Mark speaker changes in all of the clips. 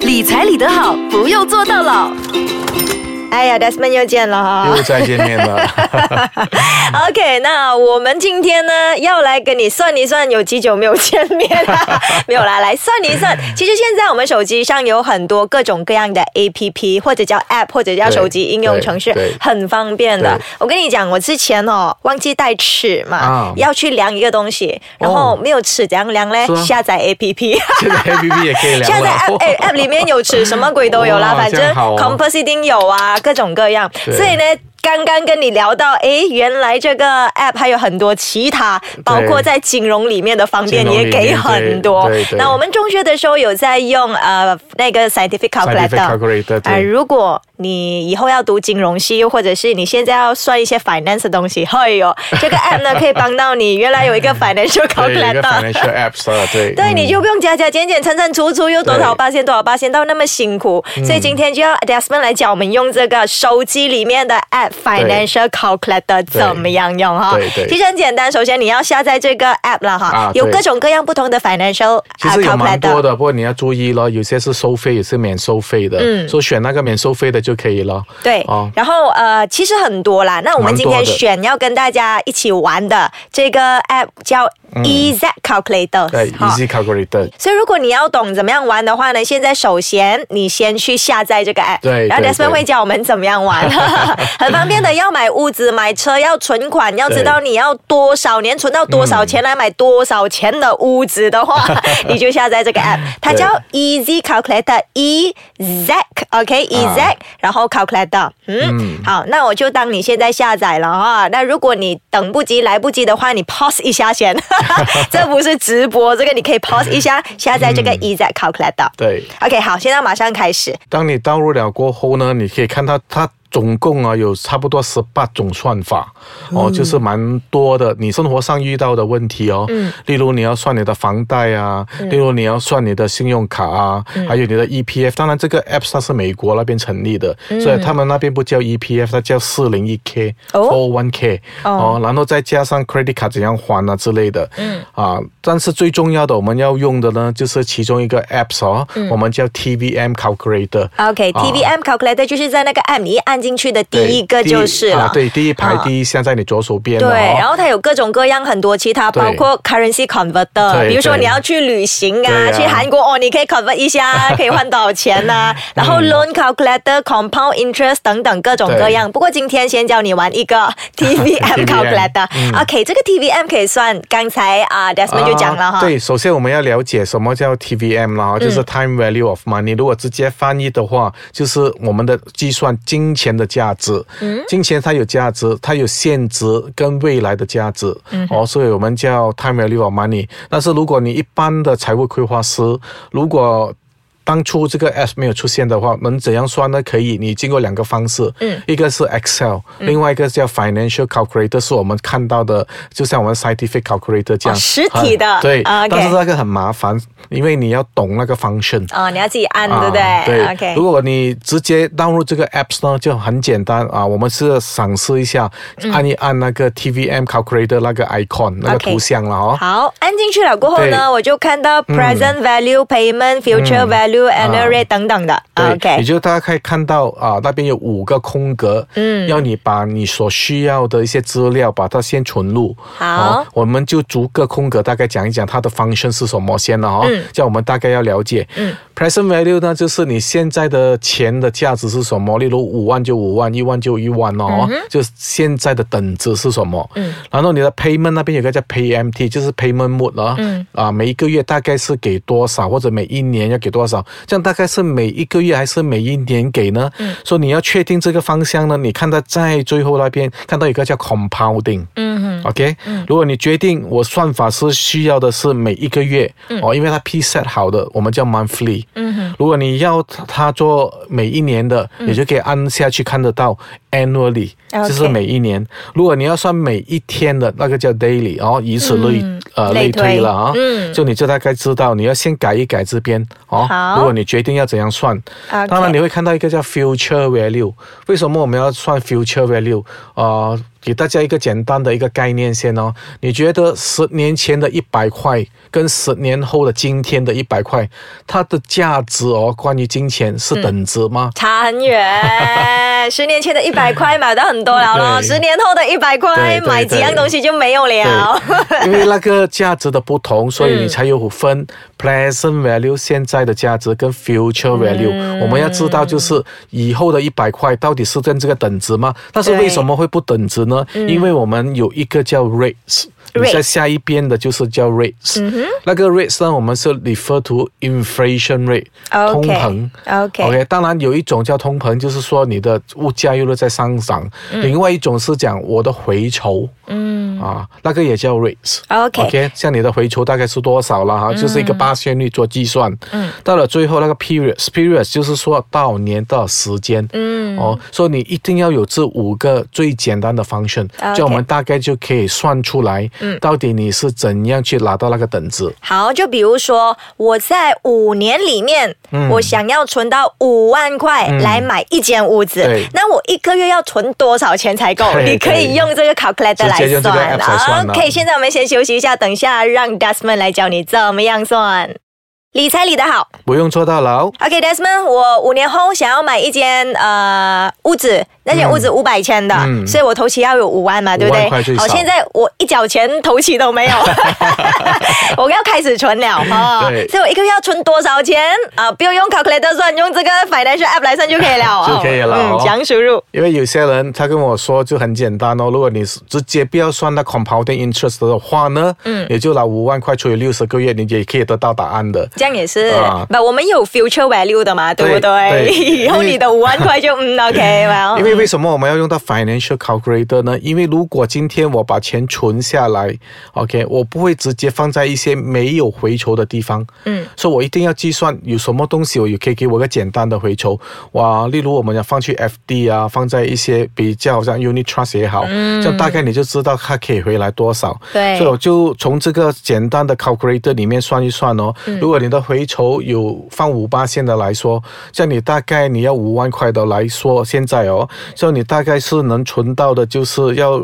Speaker 1: 理财理得好，不用做到老。
Speaker 2: 哎呀，Desmond 又见了哈、
Speaker 3: 又再见面了。
Speaker 2: OK，那我们今天呢要来跟你算一算有几久没有见面 了、没有啦，来算一算。其实现在我们手机上有很多各种各样的 APP，或者叫 App，或者叫手机
Speaker 3: 对
Speaker 2: 应用程式
Speaker 3: 对对，
Speaker 2: 很方便的
Speaker 3: 对。
Speaker 2: 我跟你讲，我之前哦忘记带尺嘛，
Speaker 3: 啊
Speaker 2: 要去量一个东西，然后
Speaker 3: 哦
Speaker 2: 没有尺怎样量嘞？
Speaker 3: 是啊
Speaker 2: 下载 APP。
Speaker 3: 现在 A P P 也可以聊了。
Speaker 2: 现在 app 哎 app 里面有吃什么鬼都有啦，
Speaker 3: 哇
Speaker 2: 反正
Speaker 3: 这样好哦
Speaker 2: compass 一定有啊，各种各样。
Speaker 3: 对
Speaker 2: 所以呢。刚刚跟你聊到，哎，原来这个 app 还有很多其他，包括在金融里面的方便
Speaker 3: 金融
Speaker 2: 也
Speaker 3: 里面
Speaker 2: 给很多
Speaker 3: 对对。对
Speaker 2: 那我们中学的时候有在用呃那个 scientific
Speaker 3: Scientific
Speaker 2: calculator，
Speaker 3: calculator，
Speaker 2: 啊、
Speaker 3: 对
Speaker 2: 如果你以后要读金融系，又或者是你现在要算一些 finance 的东西，哎呦，这个 app 呢可以帮到你。原来有 一个 financial
Speaker 3: 对有一
Speaker 2: calculator，
Speaker 3: 个 financial apps 啊，对，
Speaker 2: 对，
Speaker 3: 嗯
Speaker 2: 你就不用加加减减、乘乘除除，又多少八千多少八千，到那么辛苦。
Speaker 3: 嗯
Speaker 2: 所以今天就要 Desmond 来教我们用这个手机里面的 App Financial Calculator 怎么样用哈
Speaker 3: 对。对
Speaker 2: 其实很简单，首先你要下载这个 App 了哈
Speaker 3: 啊，
Speaker 2: 有
Speaker 3: 对
Speaker 2: 各种各样不同的 Financial 呃
Speaker 3: 其实有蛮多
Speaker 2: Calculator。
Speaker 3: 的，不过你要注意咯，有些是收费，有些是免收费的，嗯，所以选那个免收费的就可以了。
Speaker 2: 对
Speaker 3: 哦，
Speaker 2: 然后呃，其实很多啦。那我们
Speaker 3: 蛮
Speaker 2: 今
Speaker 3: 多
Speaker 2: 天
Speaker 3: 的
Speaker 2: 选要跟大家一起玩的这个 app 叫 EZ Calculator，
Speaker 3: 嗯对 E
Speaker 2: 哈
Speaker 3: ，Easy Calculator，
Speaker 2: 所以如果你要懂怎么样玩的话呢，现在首先你先去下载这个 app，
Speaker 3: 对
Speaker 2: 然后
Speaker 3: 对
Speaker 2: Desmond
Speaker 3: 对
Speaker 2: 会教我们怎么样玩， 很方便的。要买屋子、买车、要存款，要知道你要多少年存到多少钱来买多少钱的屋子的 话，你就下载这个 app，它
Speaker 3: 对
Speaker 2: 叫 Easy Calculator，E Z OK，E Z，、
Speaker 3: 啊
Speaker 2: 哎然后 calculator，嗯，好，那我就当你现在下载了哈。那如果你等不及、来不及的话，你 pause 一下先， 这不是直播，这个你可以 pause 一下，下载这
Speaker 3: 嗯
Speaker 2: 个 e z calculator。
Speaker 3: 对。
Speaker 2: OK，好，现在马上开始。
Speaker 3: 当你登入了过后呢，你可以看到它总共啊有差不多十八种算法，哦，就是蛮多的。你生活上遇到的问题哦，例如你要算你的房贷啊，例如你要算你的信用卡啊，还有你的 EPF。当然，这个 app 它是美国那边成立的，所以他们那边不叫 EPF，它叫四零一 K、
Speaker 2: 哦
Speaker 3: o one K
Speaker 2: 哦
Speaker 3: 哦，然后再加上 credit 卡怎样还啊之类的，嗯啊，但是最重要的我们要用的呢，就是其中一个 apps 哦，
Speaker 2: 嗯
Speaker 3: 我们叫 TVM Calculator。啊
Speaker 2: OK，TVM、calculator 就是在那个 app 你一按进去的第
Speaker 3: 对
Speaker 2: 一个就是了。
Speaker 3: 啊，对，第一排
Speaker 2: 啊
Speaker 3: 第一项在你左手边的
Speaker 2: 对，
Speaker 3: 哦。
Speaker 2: 然后它有各种各样很多其他，
Speaker 3: 对
Speaker 2: 包括 currency converter，
Speaker 3: 对
Speaker 2: 比如说
Speaker 3: 对
Speaker 2: 你要去旅行啊，
Speaker 3: 对啊
Speaker 2: 去韩国哦，你可以 convert 一 下，可以换多少钱呐、
Speaker 3: 嗯
Speaker 2: 然后 loan calculator、compound interest 等等各种各样。不过今天先教你玩一 个 TVM
Speaker 3: TVM
Speaker 2: calculator。OK，这个 TVM 可以算刚才啊 Desmond 就讲了哈。
Speaker 3: 嗯
Speaker 2: 嗯
Speaker 3: 啊对，首先我们要了解什么叫 TVM 啦，就是 Time Value of Money。如果直接翻译的话，就是我们的计算金钱的价值。
Speaker 2: 嗯
Speaker 3: 金钱它有价值，它有现值跟未来的价值。
Speaker 2: 嗯
Speaker 3: 哦，所以我们叫 Time Value of Money。但是如果你一般的财务规划师，如果当初这个 app 没有出现的话，能怎样算呢？可以，你经过两个方式，嗯，一个是 Excel，、另
Speaker 2: 嗯
Speaker 3: 外一个叫 Financial Calculator，是我们看到的，就像我们 Scientific Calculator 这样，
Speaker 2: 哦实体的
Speaker 3: 啊对，
Speaker 2: 啊，OK
Speaker 3: 但是那个很麻烦，因为你要懂那个 function。
Speaker 2: 哦，你要自己按，
Speaker 3: 啊
Speaker 2: 对不对？OK。
Speaker 3: 如果你直接登入这个 apps 呢，就很简单啊。我们是赏识一下，按一按那个 TVM calculator 那个 icon 那个
Speaker 2: OK
Speaker 3: 图像了哦。
Speaker 2: 好，按进去了过后呢，
Speaker 3: 对嗯
Speaker 2: 我就看到 present value、payment、future value、annual rate 等等的。
Speaker 3: 啊对
Speaker 2: OK，
Speaker 3: 也就大家可以看到啊，那边有五个空格，嗯，要你把你所需要的一些资料把它先存入。
Speaker 2: 好
Speaker 3: 哦我们就逐个空格大概讲一讲它的 function 是什么先了哦，这样我们大概要了解。嗯，present value 呢，就是你现在的钱的价值是什么，例如五万就五万，一万就一万哦，就是现在的等值是什么。嗯，然后你的 payment 那边有个叫 PMT，就是 payment mode 啊，嗯，啊，每一个月大概是给多少，或者每一年要给多少，这样大概是每一个月还是每一年给呢？嗯，所以你要确定这个方向呢，你看到在最后那边看到有一个叫 compounding，嗯哼，OK，如果你决定我算法是需要的是每一个月，哦，因为它 P set 好的，我们叫 monthly，嗯哼，如果你要它做每一年的，你就可以按下去看得到。 annually，
Speaker 2: OK
Speaker 3: 就是每一年。如果你要算每一天的那个叫 daily，然后以此类、呃
Speaker 2: 类
Speaker 3: 类
Speaker 2: 推
Speaker 3: 推了啊，
Speaker 2: 嗯
Speaker 3: 就你就大概知道你要先改一改这边哦
Speaker 2: 好。
Speaker 3: 如果你决定要怎样算
Speaker 2: OK
Speaker 3: 当然你会看到一个叫 future value，为什么我们要算 future value？呃，给大家一个简单的一个概念先哦。你觉得十年前的一百块跟十年后的今天的一百块，它的价值哦，关于金钱是等值吗？
Speaker 2: 差很远，十年前的一百块买到很多了咯，
Speaker 3: 对
Speaker 2: 十年后的一百块
Speaker 3: 对对
Speaker 2: 买几样东西就没有 了。
Speaker 3: 对，因为那个价值的不同，所以你才有分 present value 现在的价值跟 future value、我们要知道就是以后的一百块到底是跟这个等值吗？但是
Speaker 2: 对
Speaker 3: 为什么会不等值呢？因为我们有一个叫嗯 rates。你嗯
Speaker 2: Rates
Speaker 3: 在下一边的就是叫 rates，、那个 rates 呢，我们是 refer to inflation rate，、
Speaker 2: OK
Speaker 3: 通膨。
Speaker 2: OK
Speaker 3: OK，当然有一种叫通膨，就是说你的物价又在上涨；另外一种是讲我的回酬，嗯啊，那个也叫 rates。
Speaker 2: OK
Speaker 3: OK，像你的回酬大概是多少了哈？就是一个八仙率做计算。嗯，到了最后那个 periods，periods 就是说到年到时间。嗯，哦，所以你一定要有这五个最简单的 function，
Speaker 2: OK
Speaker 3: 这样我们大概就可以算出来，到底你是怎样去拿到那个等值。
Speaker 2: 好，就比如说我在五年里面，
Speaker 3: 嗯
Speaker 2: 我想要存到五万块来买一间屋子，
Speaker 3: 对
Speaker 2: 那我一个月要存多少钱才够？
Speaker 3: 对
Speaker 2: 你可以
Speaker 3: 对
Speaker 2: 用这个 calculator 来
Speaker 3: 直接用这个
Speaker 2: 算。啊
Speaker 3: app 来算了啊
Speaker 2: OK，现在我们先休息一下，等一下让 Desmond 来教你怎么样算理财理得好。
Speaker 3: 不用做到牢。
Speaker 2: OK，Desmond，、我五年后想要买一间呃屋子，那间屋子五百千的、
Speaker 3: 嗯
Speaker 2: 所以我头期要有五万嘛，对不
Speaker 3: 5万块最
Speaker 2: 对？
Speaker 3: 少
Speaker 2: 好，现在我一角钱头期都 没有，我要开始存了哦
Speaker 3: 对。
Speaker 2: 所以我一个月要存多少钱啊、不用用 calculator 算，用这个 financial app 来算就可以了、哦，
Speaker 3: 就可以了哦
Speaker 2: 嗯，强输入。
Speaker 3: 因为有些人他跟我说就很简单哦，如果你是直接不要算那 compounding interest 的话呢，嗯，也就拿五万块除以六十个月，你也可以得到答案的。
Speaker 2: 这样也是
Speaker 3: 啊，
Speaker 2: 不、我们有 future value 的嘛，对不对？
Speaker 3: 对 对
Speaker 2: 以后你的五万块就嗯 OK，
Speaker 3: 因
Speaker 2: well,
Speaker 3: 为为什么我们要用到 financial calculator 呢？因为如果今天我把钱存下来，OK，我不会直接放在一些没有回酬的地方，嗯，所以我一定要计算有什么东西我也可以给我个简单的回酬。哇，例如我们要放去 FD 啊，放在一些比较像 unit trust 也好，嗯，这样大概你就知道它可以回来多少。
Speaker 2: 对
Speaker 3: 所以我就从这个简单的 calculator 里面算一算哦。如果你的回酬有放五八线的来说，像你大概你要五万块的来说，现在哦，像你大概是能存到的，就是要。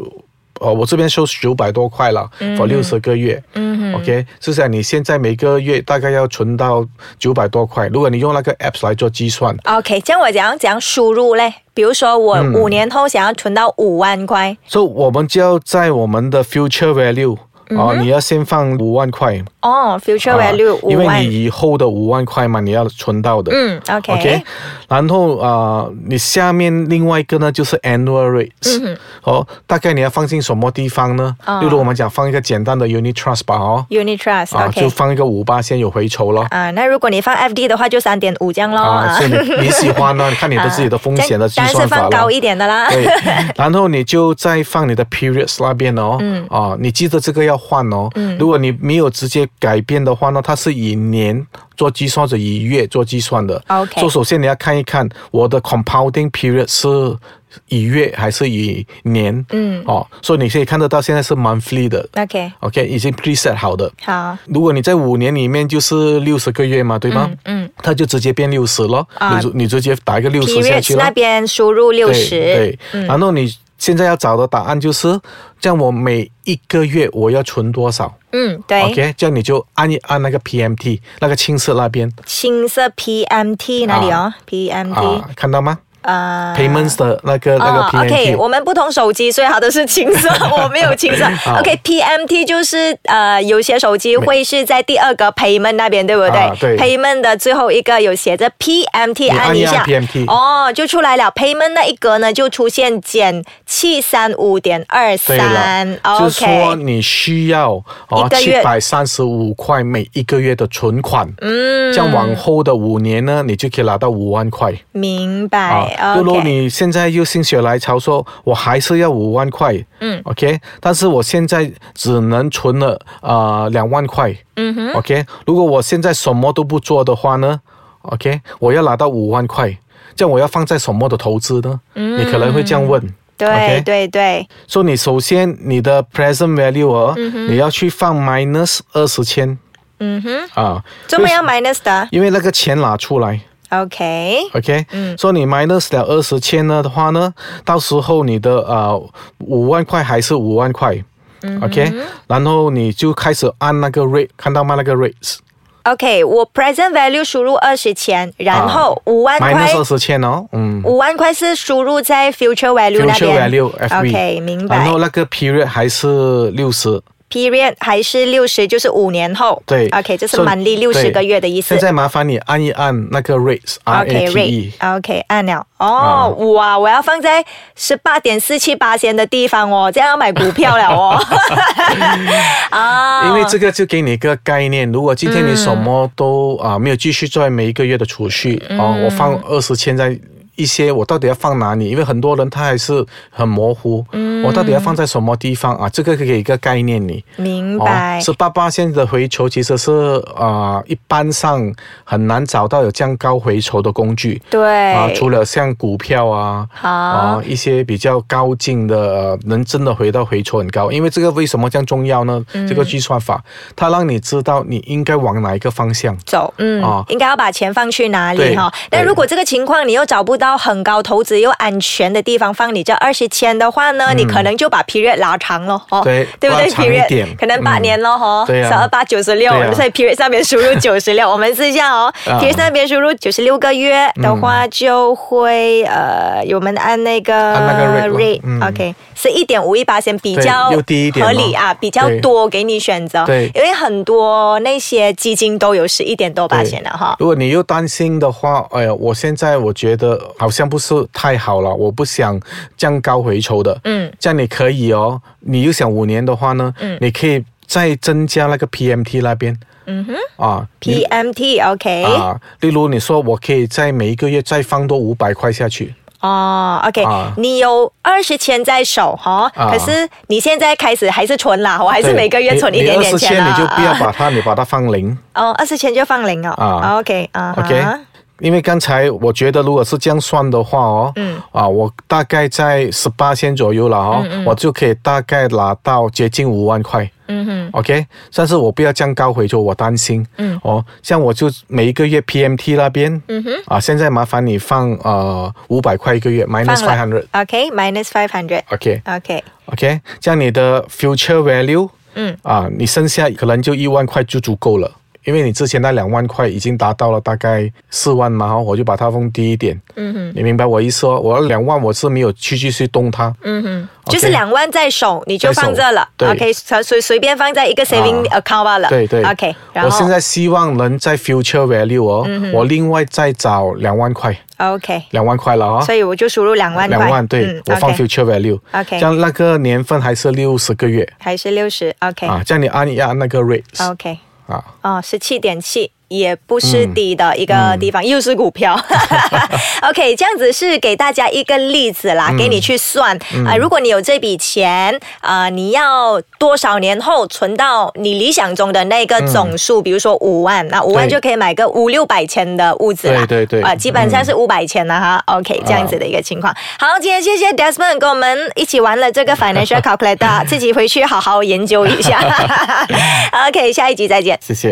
Speaker 3: 哦，我这边收九百多块了，for 六十个月。嗯，OK，就像你现在每个月大概要存到九百多块，如果你用那个 apps 来做计算，
Speaker 2: OK，这样我怎样怎样输入嘞？比如说我
Speaker 3: 嗯
Speaker 2: 五年后想要存到五万块。
Speaker 3: 所以我们就要在我们的 future value 啊、你要先放五万块，
Speaker 2: 哦，future
Speaker 3: 啊
Speaker 2: value 五
Speaker 3: 因为
Speaker 2: 万，
Speaker 3: 你以后的五万块嘛，你要存到的。
Speaker 2: 嗯
Speaker 3: OK，
Speaker 2: ，OK，
Speaker 3: 然后啊、呃你下面另外一个呢就是 annual rates，、哦，大概你要放进什么地方呢？
Speaker 2: 嗯啊
Speaker 3: 例如我们讲放一个简单的 unit trust 吧，哦，
Speaker 2: Unit
Speaker 3: 啊，就
Speaker 2: Trust，OK，
Speaker 3: 放一个五八先有回酬咯。
Speaker 2: 啊，那如果你放 FD 的话，就三点五这样咯，
Speaker 3: 啊，所以你你喜欢呢？看你的自己的风险的计
Speaker 2: 当然是
Speaker 3: 算法
Speaker 2: 放
Speaker 3: 了。
Speaker 2: 啊高一点的啦，
Speaker 3: 对，然后你就再放你的 periods 那边哦，
Speaker 2: 嗯
Speaker 3: 啊，你记得这个要换哦。如果你没有直接改变的话呢，它是以年做计算，或者以月做计算的。
Speaker 2: 啊 OK
Speaker 3: 所以首先你要看一看我的 compounding period 是。以月还是以年？嗯，哦，所以你可以看得到，现在是 monthly 的
Speaker 2: OK，
Speaker 3: ，OK，已经 preset 好的。
Speaker 2: 好，
Speaker 3: 如果你在五年里面就是六十个月嘛，对吗？
Speaker 2: 嗯，
Speaker 3: 它就直接变六十了，
Speaker 2: 啊
Speaker 3: 你就你直接打一个六
Speaker 2: p
Speaker 3: 十
Speaker 2: e r
Speaker 3: 下
Speaker 2: i
Speaker 3: 去
Speaker 2: d
Speaker 3: 了
Speaker 2: 那。边输入六
Speaker 3: 对
Speaker 2: 十嗯
Speaker 3: 对，，然后你现在要找的答案就是，这样我每一个月我要存多少
Speaker 2: 嗯，对，
Speaker 3: ？OK，这样你就按一按那个 PMT 那个青色那边
Speaker 2: 青色 PMT 哪里哦？PMT，
Speaker 3: 啊，看到吗
Speaker 2: 呃。
Speaker 3: ？Payments 的那个那个
Speaker 2: 哦，OK，
Speaker 3: PMT，
Speaker 2: 我们不同手机，所以它都是青 色，我没有青色。
Speaker 3: 啊
Speaker 2: OK，PMT 就是呃，有些手机会是在第二个 payment 那边，对不对,、
Speaker 3: 啊对
Speaker 2: payment 的最后一个有写着 PMT，
Speaker 3: 你按一
Speaker 2: 下
Speaker 3: 按 PMT
Speaker 2: 哦，就出来了。payment 那一格呢，就出现减七三五点二
Speaker 3: 对
Speaker 2: 三哦
Speaker 3: 了，
Speaker 2: ，OK，
Speaker 3: 就是说你需要
Speaker 2: 一
Speaker 3: 哦
Speaker 2: 个
Speaker 3: 七
Speaker 2: 月
Speaker 3: 百三十五块每一个月的存款，嗯，这样往后的五年呢，你就可以拿到五万块。
Speaker 2: 明白。
Speaker 3: 啊，如果
Speaker 2: 哎 OK，
Speaker 3: 你现在又心血来潮说，我还是要五万块，嗯，OK，但是我现在只能存了啊两、万块，嗯哼，OK，如果我现在什么都不做的话呢？ OK，我要拿到五万块，这样我要放在什么的投资呢？你可能会这样问。
Speaker 2: 嗯对
Speaker 3: OK
Speaker 2: 对对，
Speaker 3: 说、你首先你的 present value 哦，你要去放 minus 二十千
Speaker 2: 嗯哼，
Speaker 3: 啊，
Speaker 2: 怎么样 minus 的
Speaker 3: 因为那个钱拿出来。
Speaker 2: ？OK，
Speaker 3: OK，说、
Speaker 2: 嗯
Speaker 3: 你 minus 了二十千呢的话呢，到时候你的呃五万块还是五万块、o
Speaker 2: 嗯
Speaker 3: k 然后你就开始按那个 rate，看到吗？那个 rate
Speaker 2: OK，我 present value 输入二十千，然后五万块，
Speaker 3: 啊 minus 二十千哦，嗯
Speaker 2: 五万块是输入在 future value 那
Speaker 3: ，future
Speaker 2: 边
Speaker 3: value FV，
Speaker 2: OK，明
Speaker 3: 然
Speaker 2: 白
Speaker 3: 后。那个 period 还是六十，
Speaker 2: Period 还是六十，就是五年后。
Speaker 3: 对
Speaker 2: ，OK，这是
Speaker 3: So，
Speaker 2: 满利六十
Speaker 3: 对
Speaker 2: 个月的意思
Speaker 3: 现。在麻烦你按一按那个 rate R A
Speaker 2: OK
Speaker 3: T E，啊
Speaker 2: rate，OK 按了哦，哇，我要放在十八点四七八仙的地方哦，这样要买股票了 哦。 啊，
Speaker 3: 因为这个就给你一个概念。如果今天你什么都啊、没有继续做每一个月的储蓄
Speaker 2: 嗯
Speaker 3: 哦、我放二十千在。一些我到底要放哪里？因为很多人他还是很模糊，
Speaker 2: 嗯
Speaker 3: 我到底要放在什么地方啊？这个可以给一个概念你。
Speaker 2: 明
Speaker 3: 哦
Speaker 2: 白，
Speaker 3: 十八八现在的回酬其实是呃，一般上很难找到有这样高回酬的工具。
Speaker 2: 对
Speaker 3: 啊，除了像股票啊，
Speaker 2: 哎好
Speaker 3: 啊一些比较高进的，呃能真的回到回酬很高。因为这个为什么这样重要呢？
Speaker 2: 嗯
Speaker 3: 这个计算法，它让你知道你应该往哪一个方向。
Speaker 2: 走，嗯，
Speaker 3: 哦
Speaker 2: 应该要把钱放去哪里
Speaker 3: 对
Speaker 2: 哈？但
Speaker 3: 对
Speaker 2: 如果这个情况你又找不到很高投资又安全的地方放你这二十千的话
Speaker 3: 嗯
Speaker 2: 呢，你可能就把 period 拉长了哦，
Speaker 3: 对
Speaker 2: 对不对
Speaker 3: 拉长一点
Speaker 2: ？period 可能八
Speaker 3: 嗯
Speaker 2: 年了哦，
Speaker 3: 对啊
Speaker 2: 十二八九十六
Speaker 3: 对，啊
Speaker 2: 所以 period 那边输入九十六，我们试一下哦
Speaker 3: 啊
Speaker 2: ，period 那边输入九十六个月的话就会呃，我们按那个
Speaker 3: 按那个 rate 咯嗯
Speaker 2: rate，OK，是一点五一八先比
Speaker 3: 对
Speaker 2: 较
Speaker 3: 又低一点
Speaker 2: 合
Speaker 3: 咯
Speaker 2: 理啊，比较
Speaker 3: 嗯对
Speaker 2: 多给你选择，
Speaker 3: 对
Speaker 2: 因为很多那些基金都有十一点多八
Speaker 3: 对
Speaker 2: 千了哈。
Speaker 3: 如果你又担心的话，哎呀，我现在我觉得好像不是太好了，我不想这样高回酬的。
Speaker 2: 嗯，
Speaker 3: 这样你可以哦，你又想五年的话呢，你可以再增加那个 PMT 那边。嗯哼。啊你
Speaker 2: PMT OK，、
Speaker 3: 啊，例如你说我可以在每一个月再放多五百块下去，
Speaker 2: 哦，OK，、
Speaker 3: 啊
Speaker 2: 你有二十千在手哈、
Speaker 3: 啊
Speaker 2: 可是你现在开始还是存啦，我还是
Speaker 3: 对
Speaker 2: 每个月存一点点钱
Speaker 3: 你
Speaker 2: 啦
Speaker 3: 二十千你就不要
Speaker 2: 啊
Speaker 3: 把它，你把它放零
Speaker 2: 哦，二十千就放零哦。
Speaker 3: 啊
Speaker 2: OK 啊哈
Speaker 3: ，OK？、因为刚才我觉得，如果是这样算的话哦，嗯，啊，我大概在十八千左右了哦，我就可以大概拿到接近五万块。
Speaker 2: 嗯哼，
Speaker 3: OK，但是我不要这样高回头，我担心。嗯，哦，像我就每一个月 PMT 那边，嗯哼，啊，现在麻烦你放呃五百块一个月，minus
Speaker 2: 放
Speaker 3: five
Speaker 2: 了
Speaker 3: hundred。。
Speaker 2: OK，minus five hundred。
Speaker 3: OK，
Speaker 2: OK，
Speaker 3: OK，这样你的 future value，
Speaker 2: 嗯
Speaker 3: 啊，你剩下可能就一万块就足够了，因为你之前那两万块已经达到了大概四万嘛，哈，我就把它放低一点。嗯哼，你明白我意思哦？我两万我是没有去继续动它。嗯哼
Speaker 2: 就是两万在手，你就
Speaker 3: 在手
Speaker 2: 放这了。
Speaker 3: 对
Speaker 2: OK，随随随便放在一个 saving
Speaker 3: 啊
Speaker 2: account 罢了。
Speaker 3: 对对
Speaker 2: OK，然
Speaker 3: 我现
Speaker 2: 后嗯
Speaker 3: 在希望能在 future value 哦，我另外再找两万块，
Speaker 2: OK，
Speaker 3: 两万块了啊、
Speaker 2: 所以我就输入两万块。
Speaker 3: 两万对、
Speaker 2: 嗯
Speaker 3: 我放
Speaker 2: OK
Speaker 3: future value，
Speaker 2: OK
Speaker 3: 这样那个年份还是六十个月
Speaker 2: 还是六十？OK，
Speaker 3: 啊，这样你按一按那个 rate、
Speaker 2: OK，
Speaker 3: 啊。
Speaker 2: 哦，十七点七。也不是
Speaker 3: 嗯
Speaker 2: 低的一个地方，又是股 票。OK，这样子是给大家一个例子
Speaker 3: 嗯
Speaker 2: 啦，给你去算啊、呃如果你有这笔钱，啊，你要多少年后存到你理想中的那个总数？比如说五万，那五万
Speaker 3: 嗯对
Speaker 2: 就可以买个五六百千的屋子啦。
Speaker 3: 对对啊对
Speaker 2: 啊、基本上是五百千了哈。OK，这样子的一个情况。好，今天谢谢 Desmond 跟我们一起玩了这个 Financial Calculator，自己回去好好研究一下。OK，下一集再见。
Speaker 3: 谢谢。